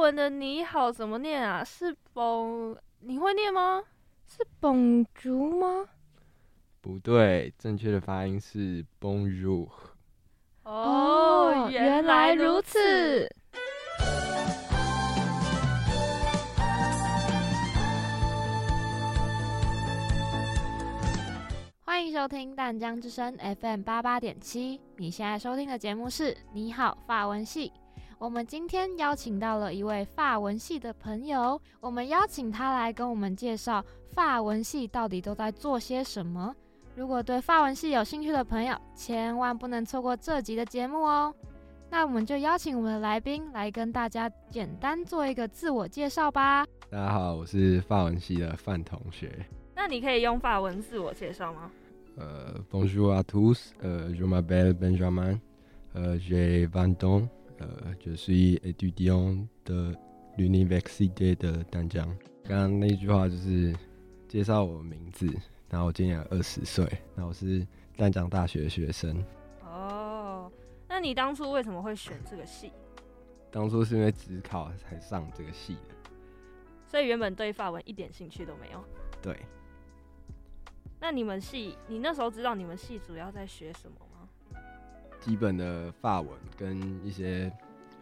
文的你好怎么念啊？是崩，你会念吗？是蹦竹吗？不对，正确的发音是 bonjour。哦，原来来如此。此。欢迎收听淡江之声 FM 八八点七，你现在收听的节目是《你好法文系》。我们今天邀请到了一位法文系的朋友，我们邀请他来跟我们介绍法文系到底都在做些什么。如果对法文系有兴趣的朋友，千万不能错过这集的节目哦。那我们就邀请我们的来宾来跟大家简单做一个自我介绍吧。大家好，我是法文系的范同学。那你可以用法文自我介绍吗？ Euh, bonjour à tous, euh, je m'appelle Benjamin, euh, j'ai 20 ans, euh, je suis étudiant de l'université de Danjiang。刚刚那句话就是介绍我名字，然后我今年二十岁，然后我是淡江大学的学生。哦，那你当初为什么会选这个系？当初是因为职考才上这个系的，所以原本对法文一点兴趣都没有。对，那你们系，你那时候知道你们系主要在学什么吗？基本的法文跟一些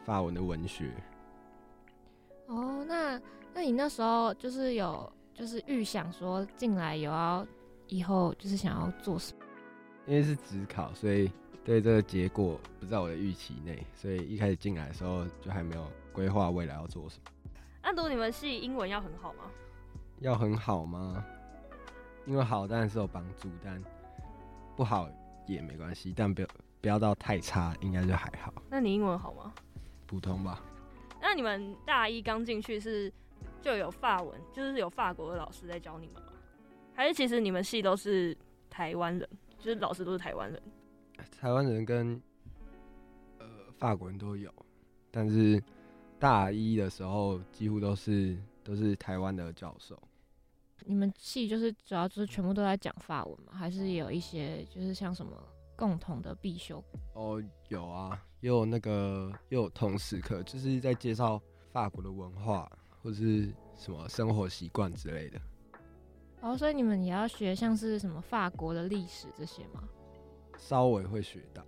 法文的文学。哦，那那你那时候就是有就是预想说进来有要以后就是想要做什么？因为是职考，所以对这个结果不在我的预期内，所以一开始进来的时候就还没有规划未来要做什么。那啊读你们系英文要很好吗？要很好吗？因为好当然是有帮助，但不好也没关系，但不要不要到太差，应该就还好，那你英文好吗？普通吧。那你们大一刚进去是就有法文，就是有法国的老师在教你们吗？还是其实你们系都是台湾人，就是老师都是台湾人？台湾人跟呃法国人都有，但是大一的时候几乎都是都是台湾的教授。你们系就是主要就是全部都在讲法文吗？还是有一些就是像什么共同的必修？哦，有啊，也有那个也有通识课，就是在介绍法国的文化或是什么生活习惯之类的。哦，所以你们也要学像是什么法国的历史这些吗？稍微会学到。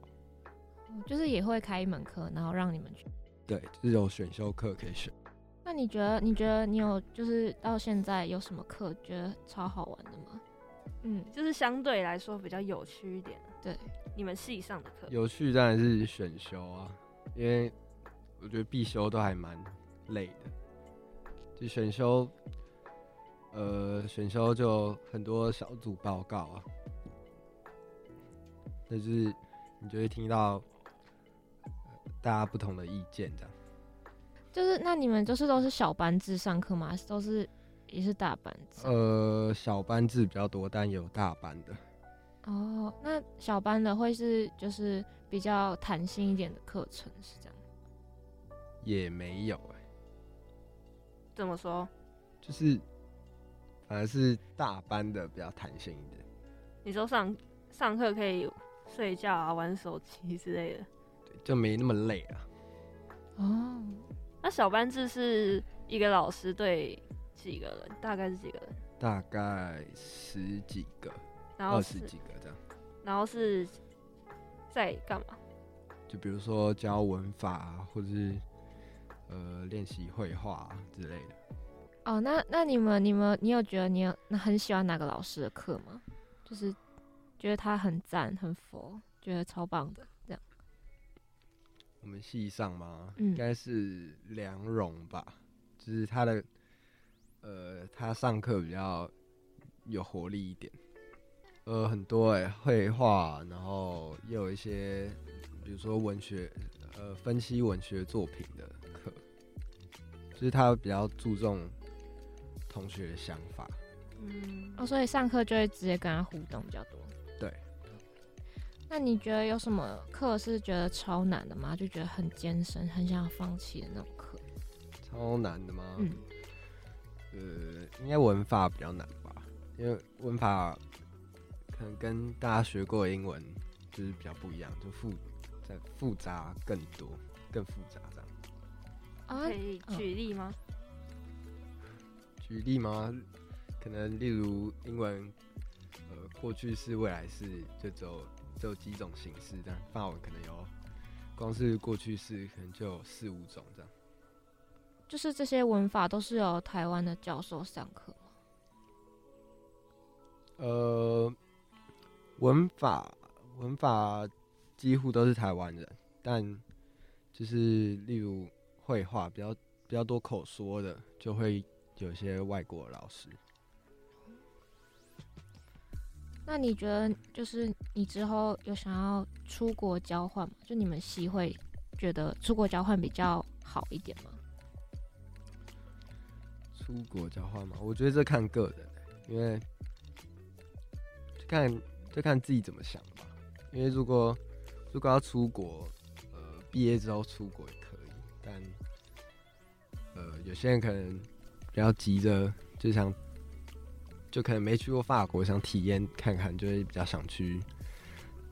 嗯就是也会开一门课，然后让你们去。对，就是有选修课可以选。那你觉得你觉得你有就是到现在有什么课觉得超好玩的吗？嗯，就是相对来说比较有趣一点。对，你们系上的课有趣当然是选修啊，因为我觉得必修都还蛮累的。就选修，呃，选修就很多小组报告啊，但是你就会听到呃大家不同的意见这样。就是那你们就是都是小班制上课吗？还是都是也是大班制？呃，小班制比较多，但也有大班的。哦，那小班的会是就是比较弹性一点的课程是这样。也没有哎、怎么说？就是反而是大班的比较弹性一点。你说上上课可以睡觉啊、玩手机之类的。对，就没那么累啊。哦，那小班制是一个老师对几个人，大概是几个人？大概十几个、然后二十是几个这样。然后是在干嘛？就比如说教文法、啊，或者是呃练习绘画啊之类的。哦，那那你们你们你有觉得你有那很喜欢哪个老师的课吗？就是觉得他很赞很佛，觉得超棒的这样。我们系上嘛，嗯应该是梁荣吧，就是他的呃，他上课比较有活力一点，呃，很多哎、绘画，然后也有一些比如说文学，呃，分析文学作品的课，就是他比较注重同学的想法。嗯，哦，所以上课就会直接跟他互动比较多。对。那你觉得有什么课是觉得超难的吗？就觉得很艰深，很想放弃的那种课？超难的吗？嗯呃，应该文法比较难吧，因为文法可能跟大家学过的英文就是比较不一样，就复在复杂更多，更复杂这样。啊可以举例吗？举例吗？可能例如英文，呃，过去式、未来式，就只有只有几种形式，但法文可能有，光是过去式可能就有四五种这样。就是这些文法都是由台湾的教授上课吗呃，文法文法几乎都是台湾人，但就是例如绘画比较比较多口说的，就会有些外国的老师。那你觉得，就是你之后有想要出国交换吗？就你们系会觉得出国交换比较好一点吗？出国交换嘛，我觉得这看个人欸、因为就看就看自己怎么想吧。因为如果如果要出国，呃，毕业之后出国也可以，但呃，有些人可能比较急着，就想就可能没去过法国，想体验看看，就会比较想去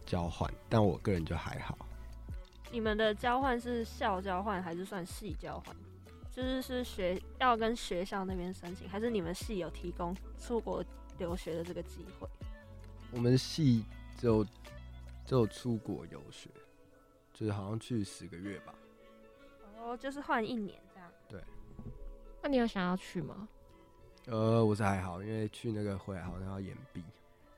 交换。但我个人就还好，你们的交换是校交换还是算系交换？就是是学要跟学校那边申请，还是你们系有提供出国留学的这个机会？我们系只有只有出国游学，就是好像去十个月吧。哦，就是换一年这样。那你有想要去吗？呃，我是还好，因为去那个回来好像要延毕。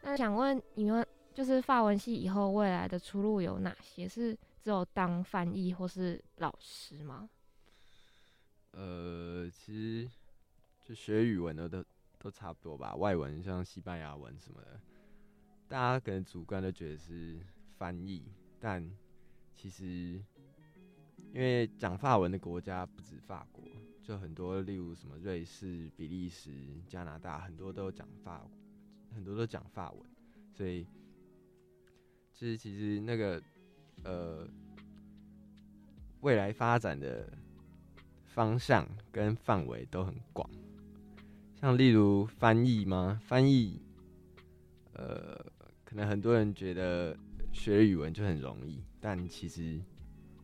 那想问你们，就是法文系以后未来的出路有哪些？是只有当翻译或是老师吗？呃，其实就学语文的都都差不多吧，外文像西班牙文什么的，大家可能主观都觉得是翻译，但其实因为讲法文的国家不止法国，就很多，例如什么瑞士、比利时、加拿大，很多都讲法，很多都讲法文，所以就是其实那个呃未来发展的。方向跟范围都很广，像例如翻译吗？翻译，呃，可能很多人觉得学语文就很容易，但其实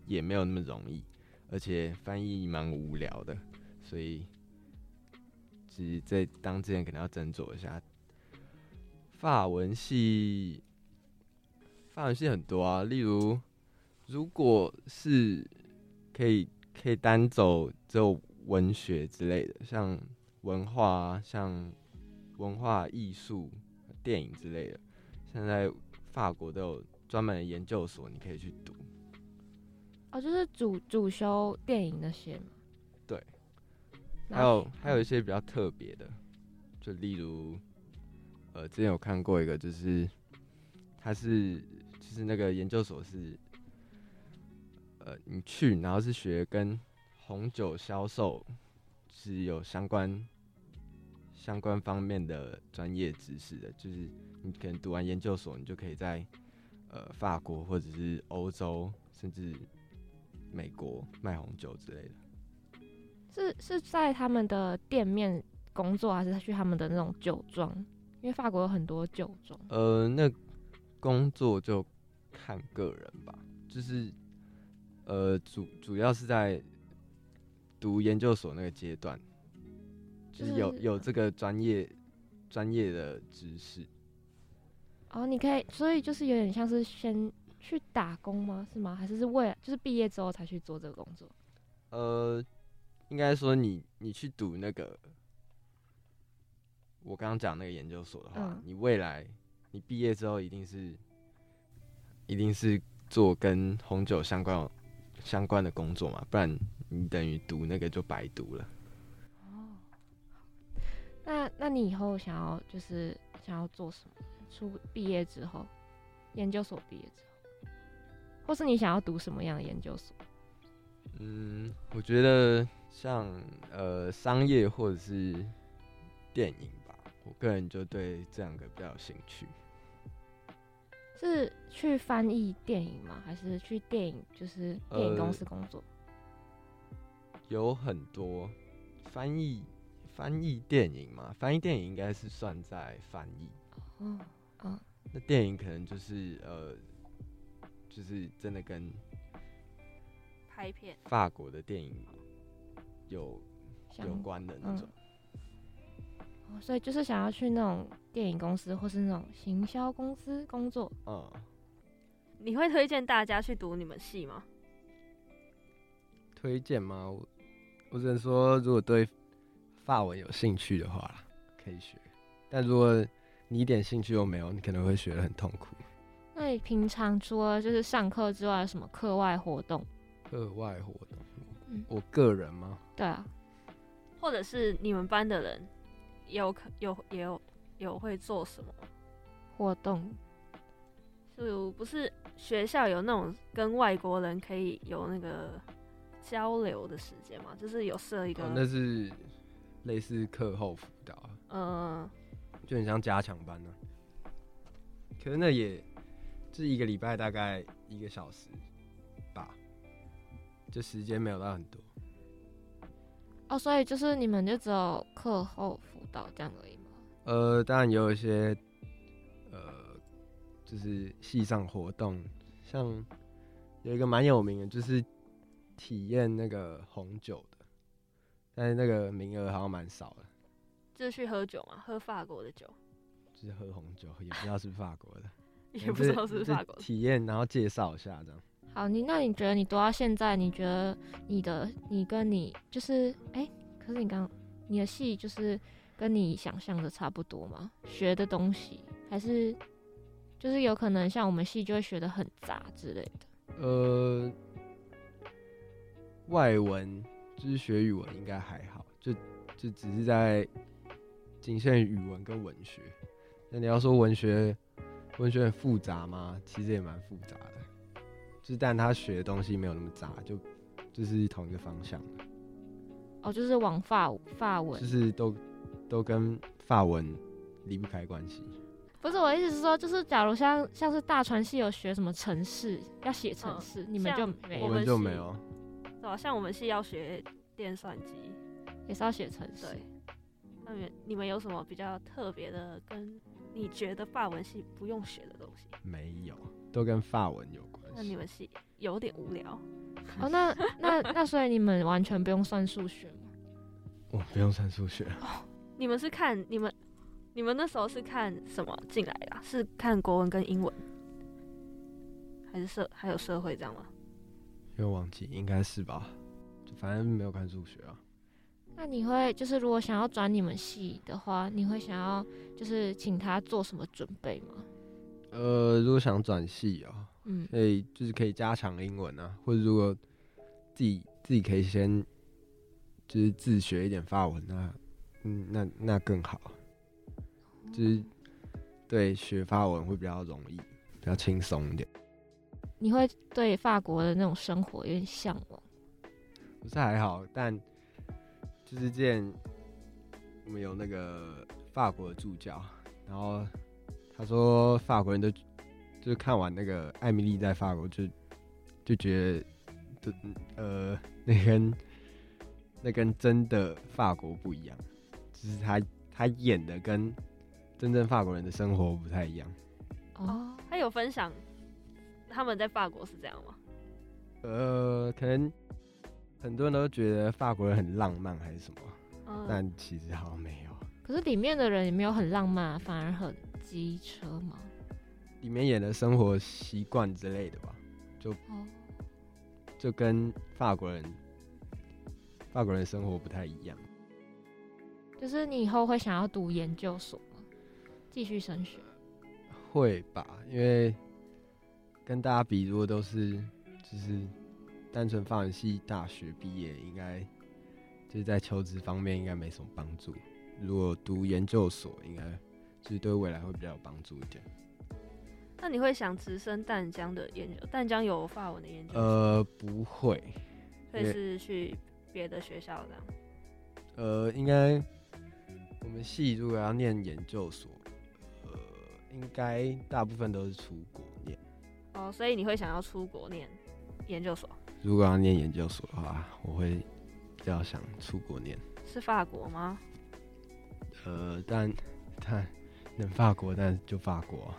也没有那么容易，而且翻译蛮无聊的，所以其实在当之前可能要斟酌一下。法文系，法文系很多啊，例如如果是可以可以单走只有文学之类的，像文化啊，像文化艺术、电影之类的，现在法国都有专门的研究所，你可以去读。哦，就是主主修电影那些吗？对那。还嗯有还有一些比较特别的，就例如，呃，之前有看过一个，就是它是就是那个研究所是，呃，你去然后是学跟红酒销售是有相关相关方面的专业知识的，就是你可能读完研究所，你就可以在呃法国或者是欧洲甚至美国卖红酒之类的。是是在他们的店面工作，还是去他们的那种酒庄？因为法国有很多酒庄。呃，那工作就看个人吧，就是呃，主主要是在读研究所那个阶段，就是有就是有这个专业专业的知识，哦，你可以，所以就是有点像是先去打工吗？是吗？还是是为了就是毕业之后才去做这个工作？呃，应该说你你去读那个我刚刚讲那个研究所的话，嗯你未来你毕业之后一定是一定是做跟红酒相关相关的工作嘛，不然你等于读那个就白读了。哦，那那你以后想要就是想要做什么？出毕业之后，研究所毕业之后，或是你想要读什么样的研究所？嗯，我觉得像呃商业或者是电影吧，我个人就对这两个比较有兴趣。是去翻译电影吗？还是去电影就是电影公呃司工作？有很多翻译翻译电影嘛，翻译电影应该是算在翻译。哦，那电影可能就是呃，就是真的跟拍片法国的电影有像有关的那种。哦所以就是想要去那种电影公司或是那种行销公司工作。嗯，你会推荐大家去读你们系吗？推荐吗？我我只能说，如果对法文有兴趣的话啦，可以学。但如果你一点兴趣都没有，你可能会学得很痛苦。那你平常除了就是上课之外，有什么课外活动？课外活动嗯，我个人吗？对啊，或者是你们班的人有可有也有有会做什么？活动就不是学校有那种跟外国人可以有那个交流的时间嘛？就是有设一个、哦，那是类似课后辅导啊，呃，就很像加强班呢、可是那也这一个礼拜大概一个小时吧，这时间没有到很多。哦，所以就是你们就只有课后辅导这样而已吗？呃，当然也有一些呃，就是系上活动，像有一个蛮有名的，就是体验那个红酒的，但是那个名额好像蛮少的，就是去喝酒嘛，喝法国的酒，就是喝红酒，也不知道是法国的，也不知道是就不是法国的。体验，然后介绍一下这样。好，你那你觉得你读到现在，你觉得你的你跟你就是哎、可是你刚你的戏就是跟你想象的差不多吗？学的东西还是就是有可能像我们戏就会学的很杂之类的。呃，外文就是学语文应该还好，就就只是在仅限于语文跟文学。那你要说文学，文学很复杂吗？其实也蛮复杂的，就是但他学的东西没有那么杂，就就是同一个方向的，哦，就是往法法文就，是都都跟法文离不开关系。不是我的意思是说，就是假如像像是大传系有学什么城市，要写城嗯市，你们就像没我我有，们们就是没有，对吧、像我们系要学电算机，也是要写城市。对。那你们你们有什么比较特别的，跟你觉得法文系不用学的东西？没有，都跟法文有关那系你。们系有点无聊，哦，那那那所以你们完全不用算数学吗？我不用算数学，你们是看你们你们那时候是看什么进来的啊、是看国文跟英文，还是社还有社会这样吗？因为忘记应该是吧，就反正没有看数学啊。那你会就是如果想要转你们系的话，你会想要就是请他做什么准备吗？呃，如果想转系啊，嗯，可以就是可以加强英文啊，或者如果自己自己可以先就是自学一点法文啊，嗯，那那更好，就是对学法文会比较容易，比较轻松一点。你会对法国的那种生活有点向往。不是还好，但就是之前我们有那个法国的助教，然后他说法国人都就是看完那个艾米丽在法国就就觉得，就呃那跟那跟真的法国不一样，就是他他演的跟真正法国人的生活不太一样。哦，他有分享他们在法国是这样吗？呃，可能很多人都觉得法国人很浪漫还是什么，嗯，但其实好像没有。可是里面的人也没有很浪漫啊，反而很机车嘛。里面演的生活习惯之类的吧，哦，就跟法国人法国人生活不太一样。就是你以后会想要读研究所吗？继续升学？会吧？因为跟大家比，如果都是就是单纯法文系大学毕业，应该就是在求职方面应该没什么帮助。如果读研究所，应该就是对未来会比较有帮助一点。那你会想直升淡江的研究？淡江有法文的研究所，呃，不会，所以是去别的学校这样。呃，应该我们系如果要念研究所，呃，应该大部分都是出国念。哦，所以你会想要出国念研究所？如果要念研究所的话，我会比较想出国念。是法国吗？呃，但但 能法国，但就法国啊、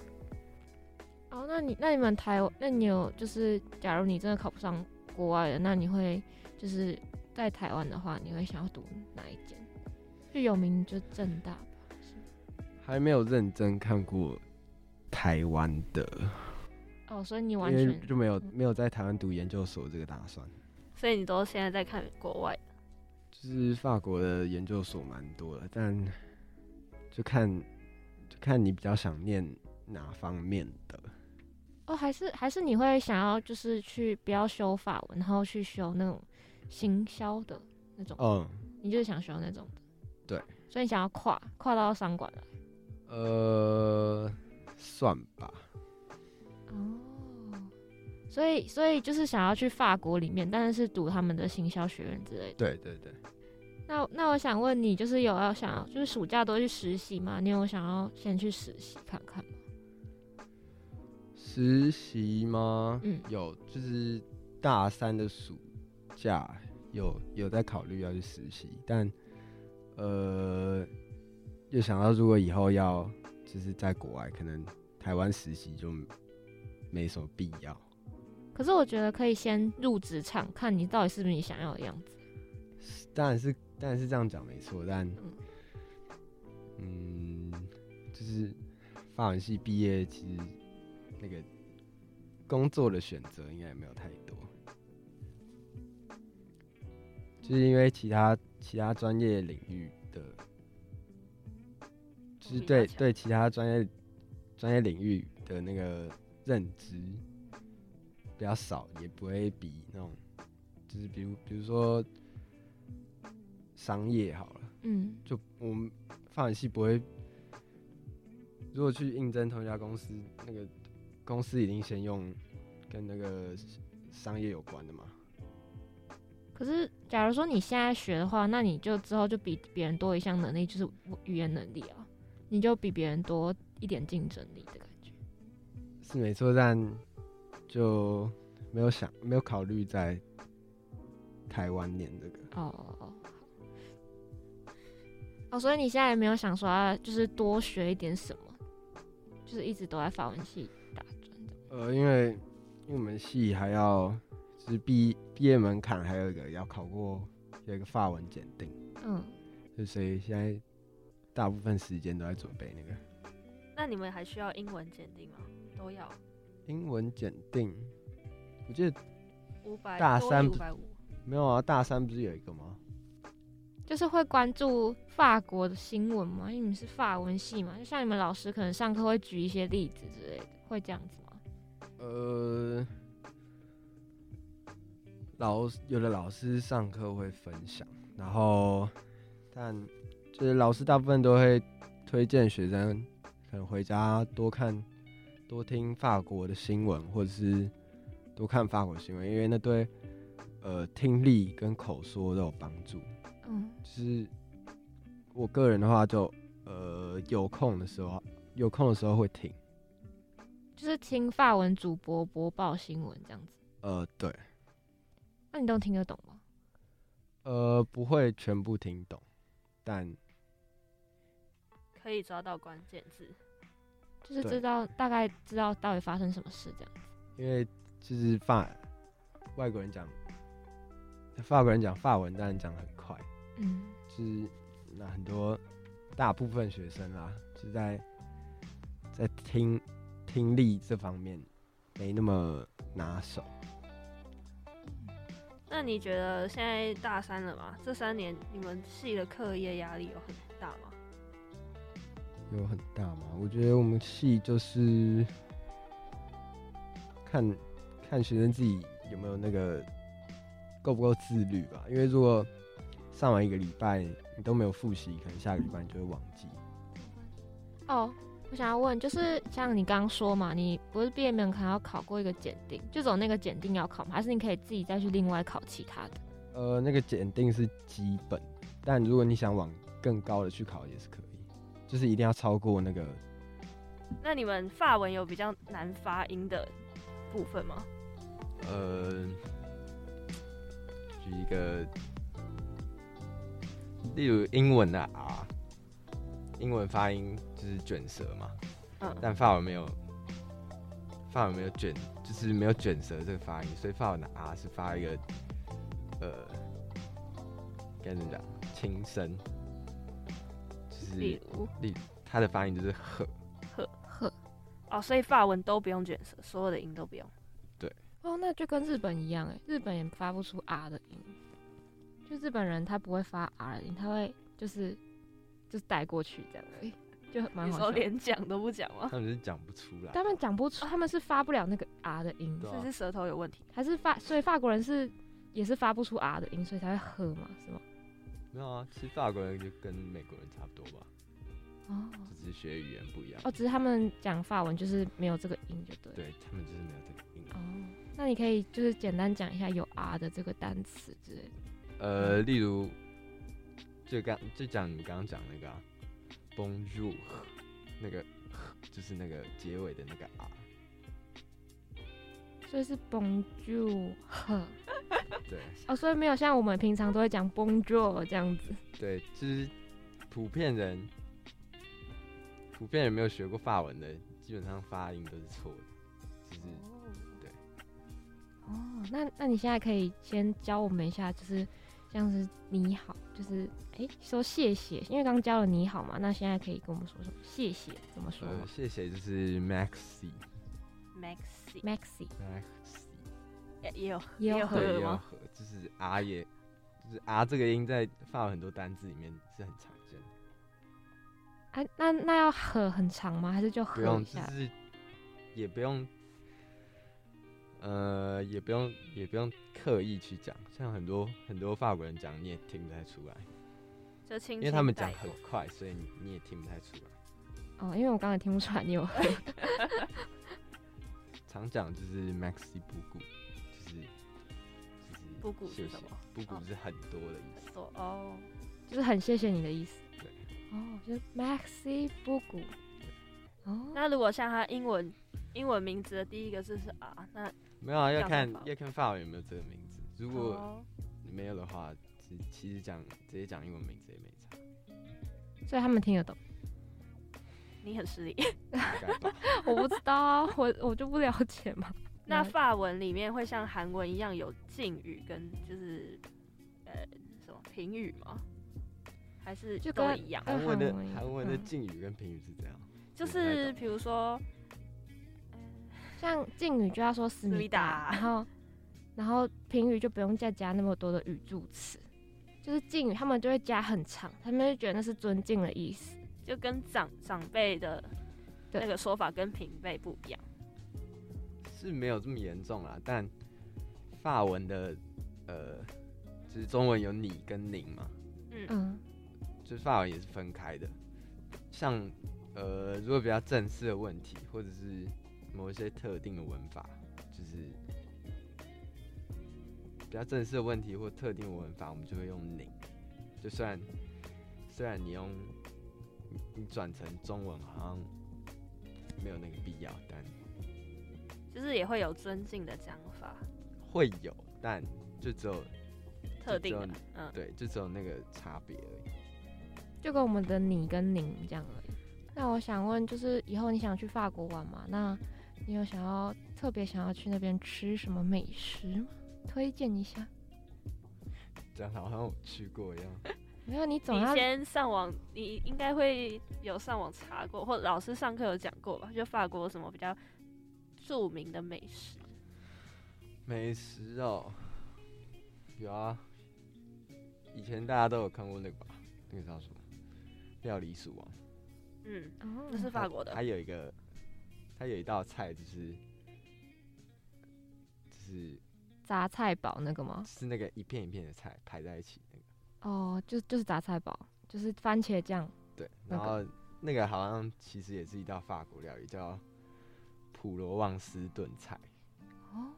哦，那你那你们台，那你有就是，假如你真的考不上国外的，那你会就是在台湾的话，你会想要读哪一间？最有名就正大吧。还没有认真看过台湾的，哦，所以你因完为全就没有没有在台湾读研究所这个打算。所以你都现在在看国外，就是法国的研究所蛮多的，但就看就看你比较想念哪方面的。哦，还是还是你会想要就是去不要修法文，然后去修那种行销的那种，嗯，你就是想修那种的。对，所以你想要跨跨到商管来。呃，算吧。哦，所以所以就是想要去法国里面，但是是读他们的行销学院之类的。对对对，那那我想问你，就是有要想要就是暑假都去实习吗？你有想要先去实习看看吗？实习吗？嗯有，就是大三的暑假有有在考虑要去实习，但呃，又想到如果以后要就是在国外，可能台湾实习就没什么必要。可是我觉得可以先入职场，看你到底是不是你想要的样子。是当然是当然是这样讲没错，但嗯嗯，就是法文系毕业，其实那个工作的选择应该也没有太多，就是因为其他其他专业领域的，就是比较对强对其他专业专业领域的那个认知比较少，也不会比那种就是比如比如说商业好了。嗯，就我们发展系不会，如果去应征同一家公司，那个公司一定先用跟那个商业有关的嘛。可是假如说你现在学的话，那你就之后就比别人多一项能力，就是语言能力啊，你就比别人多一点竞争力的感觉。是没错，但就没有想没有考虑在台湾念这个。哦哦哦，哦，所以你现在也没有想说要就是多学一点什么，就是一直都在法文系打转的。呃，因为因为我们系还要就是毕毕业门槛还有一个要考过有一个法文检定，嗯，就所以现在大部分时间都在准备那个那你们还需要英文鉴定吗？都要英文检定。我记得五百大三五不百五，没有啊，大三不是有一个吗？就是会关注法国的新闻吗？因为你们是法文系嘛，就像你们老师可能上课会举一些例子之类的，会这样子吗？呃，老有的老师上课会分享，然后但就是老师大部分都会推荐学生可能回家多看、多听法国的新闻，或者是多看法国新闻，因为那对呃听力跟口说都有帮助。嗯，就是我个人的话就，呃有空的时候，有空的时候会听。就是听法文主播播报新闻这样子。呃，对，那你都听得懂吗？呃，不会全部听懂，但可以抓到关键字。就是对知道大概知道到底发生什么事这样。因为就是法外国人讲法国人讲法文，但讲得很快，嗯，就是那很多大部分学生啦，是在在听听力这方面没那么拿手。那你觉得现在大三了嘛？这三年你们系的课业压力有很大吗？有很大吗？我觉得我们系就是看看学生自己有没有那个够不够自律吧。因为如果上完一个礼拜你都没有复习，可能下个礼拜你就会忘记。哦，我想要问，就是像你刚刚说嘛，你不是毕业门槛要考过一个检定，就走那个检定要考吗？还是你可以自己再去另外考其他的？呃，那个检定是基本，但如果你想往更高的去考也是可以，就是一定要超过那个。那你们法文有比较难发音的部分吗？呃，举一个，例如英文啊的 R，英文发音就是卷舌嘛，嗯，但法文没有，法文没有卷，啊就是没有卷舌这个发音，所以法文的 R 是发一个呃该怎么讲，轻声，就是比如它的发音就是呵，呵，哦，所以法文都不用卷舌，所有的音都不用。哦，那就跟日本一样哎，日本也发不出 R 的音，就日本人他不会发 R 的音，他会就是就是带过去这样而已，就很蛮你好说笑的。连讲都不讲吗？他们是讲不出来。他们讲不出，他们是发不了那个 R 的 音，对啊是是舌头有问题。还是发，所以法国人是也是发不出 R 的音，所以才会喝嘛，是吗？没有啊，其实法国人就跟美国人差不多吧，哦就只是学语言不一样。哦，只是他们讲法文就是没有这个音就对了。对他们就是没有这个音。哦，那你可以就是简单讲一下有 R 的这个单词之类的。呃，例如，就刚就讲你刚刚讲那个、啊、Bonjour，那个就是那个结尾的那个啊 R，所以是 bonjour 呵对哦，所以没有像我们平常都会讲 bonjour 这样子。对，就是普遍人，普遍人没有学过法文的，基本上发音都是错的，就是哦对哦，那那你现在可以先教我们一下，就是像是你好，就是诶说谢谢，因为刚教了你好嘛，那现在可以跟我们说说谢谢怎么说吗呃，谢谢就是 Maxi Maxi ？Maxi Maxi，也也有也有有喝喝对，也的有吗？和，就是 R 也，就是 R 这个音在法文很多单字里面是很常见的。啊，那那要喝很长吗？还是就不喝用，一就下？是也不用，呃，也不用，也不用刻意去讲。像很多很多法国人讲，你也听不太出来，就轻轻因为他们讲带很过快，所以你你也听不太出来。哦，因为我刚才听不出来你有喝。常讲就是 maxi 布谷，就是就是布谷谢是谢什么？布谷哦是很多的意思。说哦，就是很谢谢你的意思。对。哦，就是 Maxi 布谷。哦，那如果像他英文英文名字的第一个字是 R，那没有啊，要讲看法要看法文有没有这个名字。如果哦没有的话，其其实讲直接讲英文名字也没差，所以他们听得懂？你很失 礼。应该吧？ 我不知道啊，我我就不了解嘛。那法文里面会像韩文一样有敬语跟就是呃什么评语吗？ 还是就都跟嗯一样？韩文的韩文韩文的嗯敬语跟评语是这样。就不太是懂比如说，像敬语就要说思密达，思密达然后然后评语就不用再加那么多的语助词，就是敬语他们就会加很长，他们就觉得那是尊敬的意思。就跟长长辈的对那个说法跟平辈不一样。是没有这么严重啦，但法文的呃，就是中文有你跟您嘛，嗯，嗯，就是法文也是分开的。像呃，如果比较正式的问题，或者是某一些特定的文法，就是比较正式的问题或特定的文法，我们就会用您。就虽然虽然你用你你转成中文好像没有那个必要，但就是也会有尊敬的讲法，会有，但就只有特定就的只，嗯，对，就只有那个差别而已。就跟我们的你跟您这样而已。那我想问，就是以后你想去法国玩吗？那你有想要特别想要去那边吃什么美食吗？推荐一下。讲得好像我去过一样。没有，你总你要先上网，你应该会有上网查过，或者老师上课有讲过吧？就法国有什么比较著名的美食？美食哦，有啊，以前大家都有看过那个吧？那个叫什么？料理鼠王，嗯，哦那是法国它的有一个，它有一道菜就是，就是杂菜堡那个吗？是那个一片一片的菜排在一起那个，哦，就就是杂菜堡，就是番茄酱。对，那然个后那个好像其实也是一道法国料理，叫普罗旺斯炖菜。哦，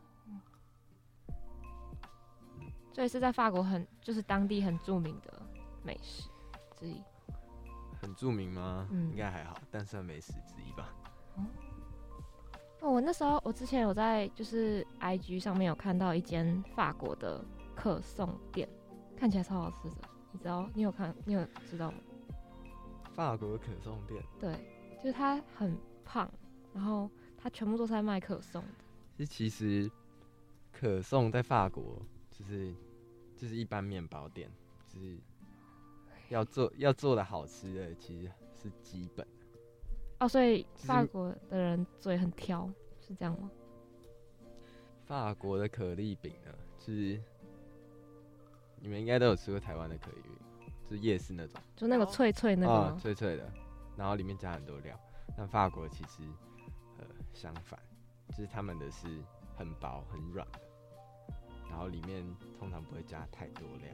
所以是在法国很就是当地很著名的美食之一。很著名吗？嗯应该还好，但算美食之一吧。哦，我那时候我之前有在就是 IG 上面有看到一间法国的可颂店，看起来超好吃的。你知道？你有看？你有知道吗？法国可颂店，对，就是它很胖，然后它全部都是在卖可颂的。其实其实可颂在法国就是就是一般面包店，只就是要做要做的好吃的，其实是基本。哦，所以是法国的人嘴很挑，是这样吗？法国的可丽饼呢，就是你们应该都有吃过台湾的可丽饼，就是夜市那种。就那个哦脆脆那个啊、吗？脆脆的，然后里面加很多料。但法国其实呃相反，就是他们的是很薄很软的，然后里面通常不会加太多料。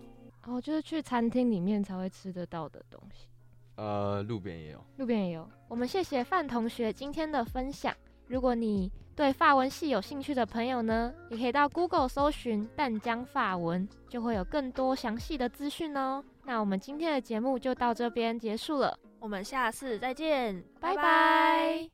哦，就是去餐厅里面才会吃得到的东西。呃，路边也有。路边也有。我们谢谢范同学今天的分享。如果你对法文系有兴趣的朋友呢，也可以到 Google 搜寻淡江法文，就会有更多详细的资讯哦。那我们今天的节目就到这边结束了，我们下次再见，拜拜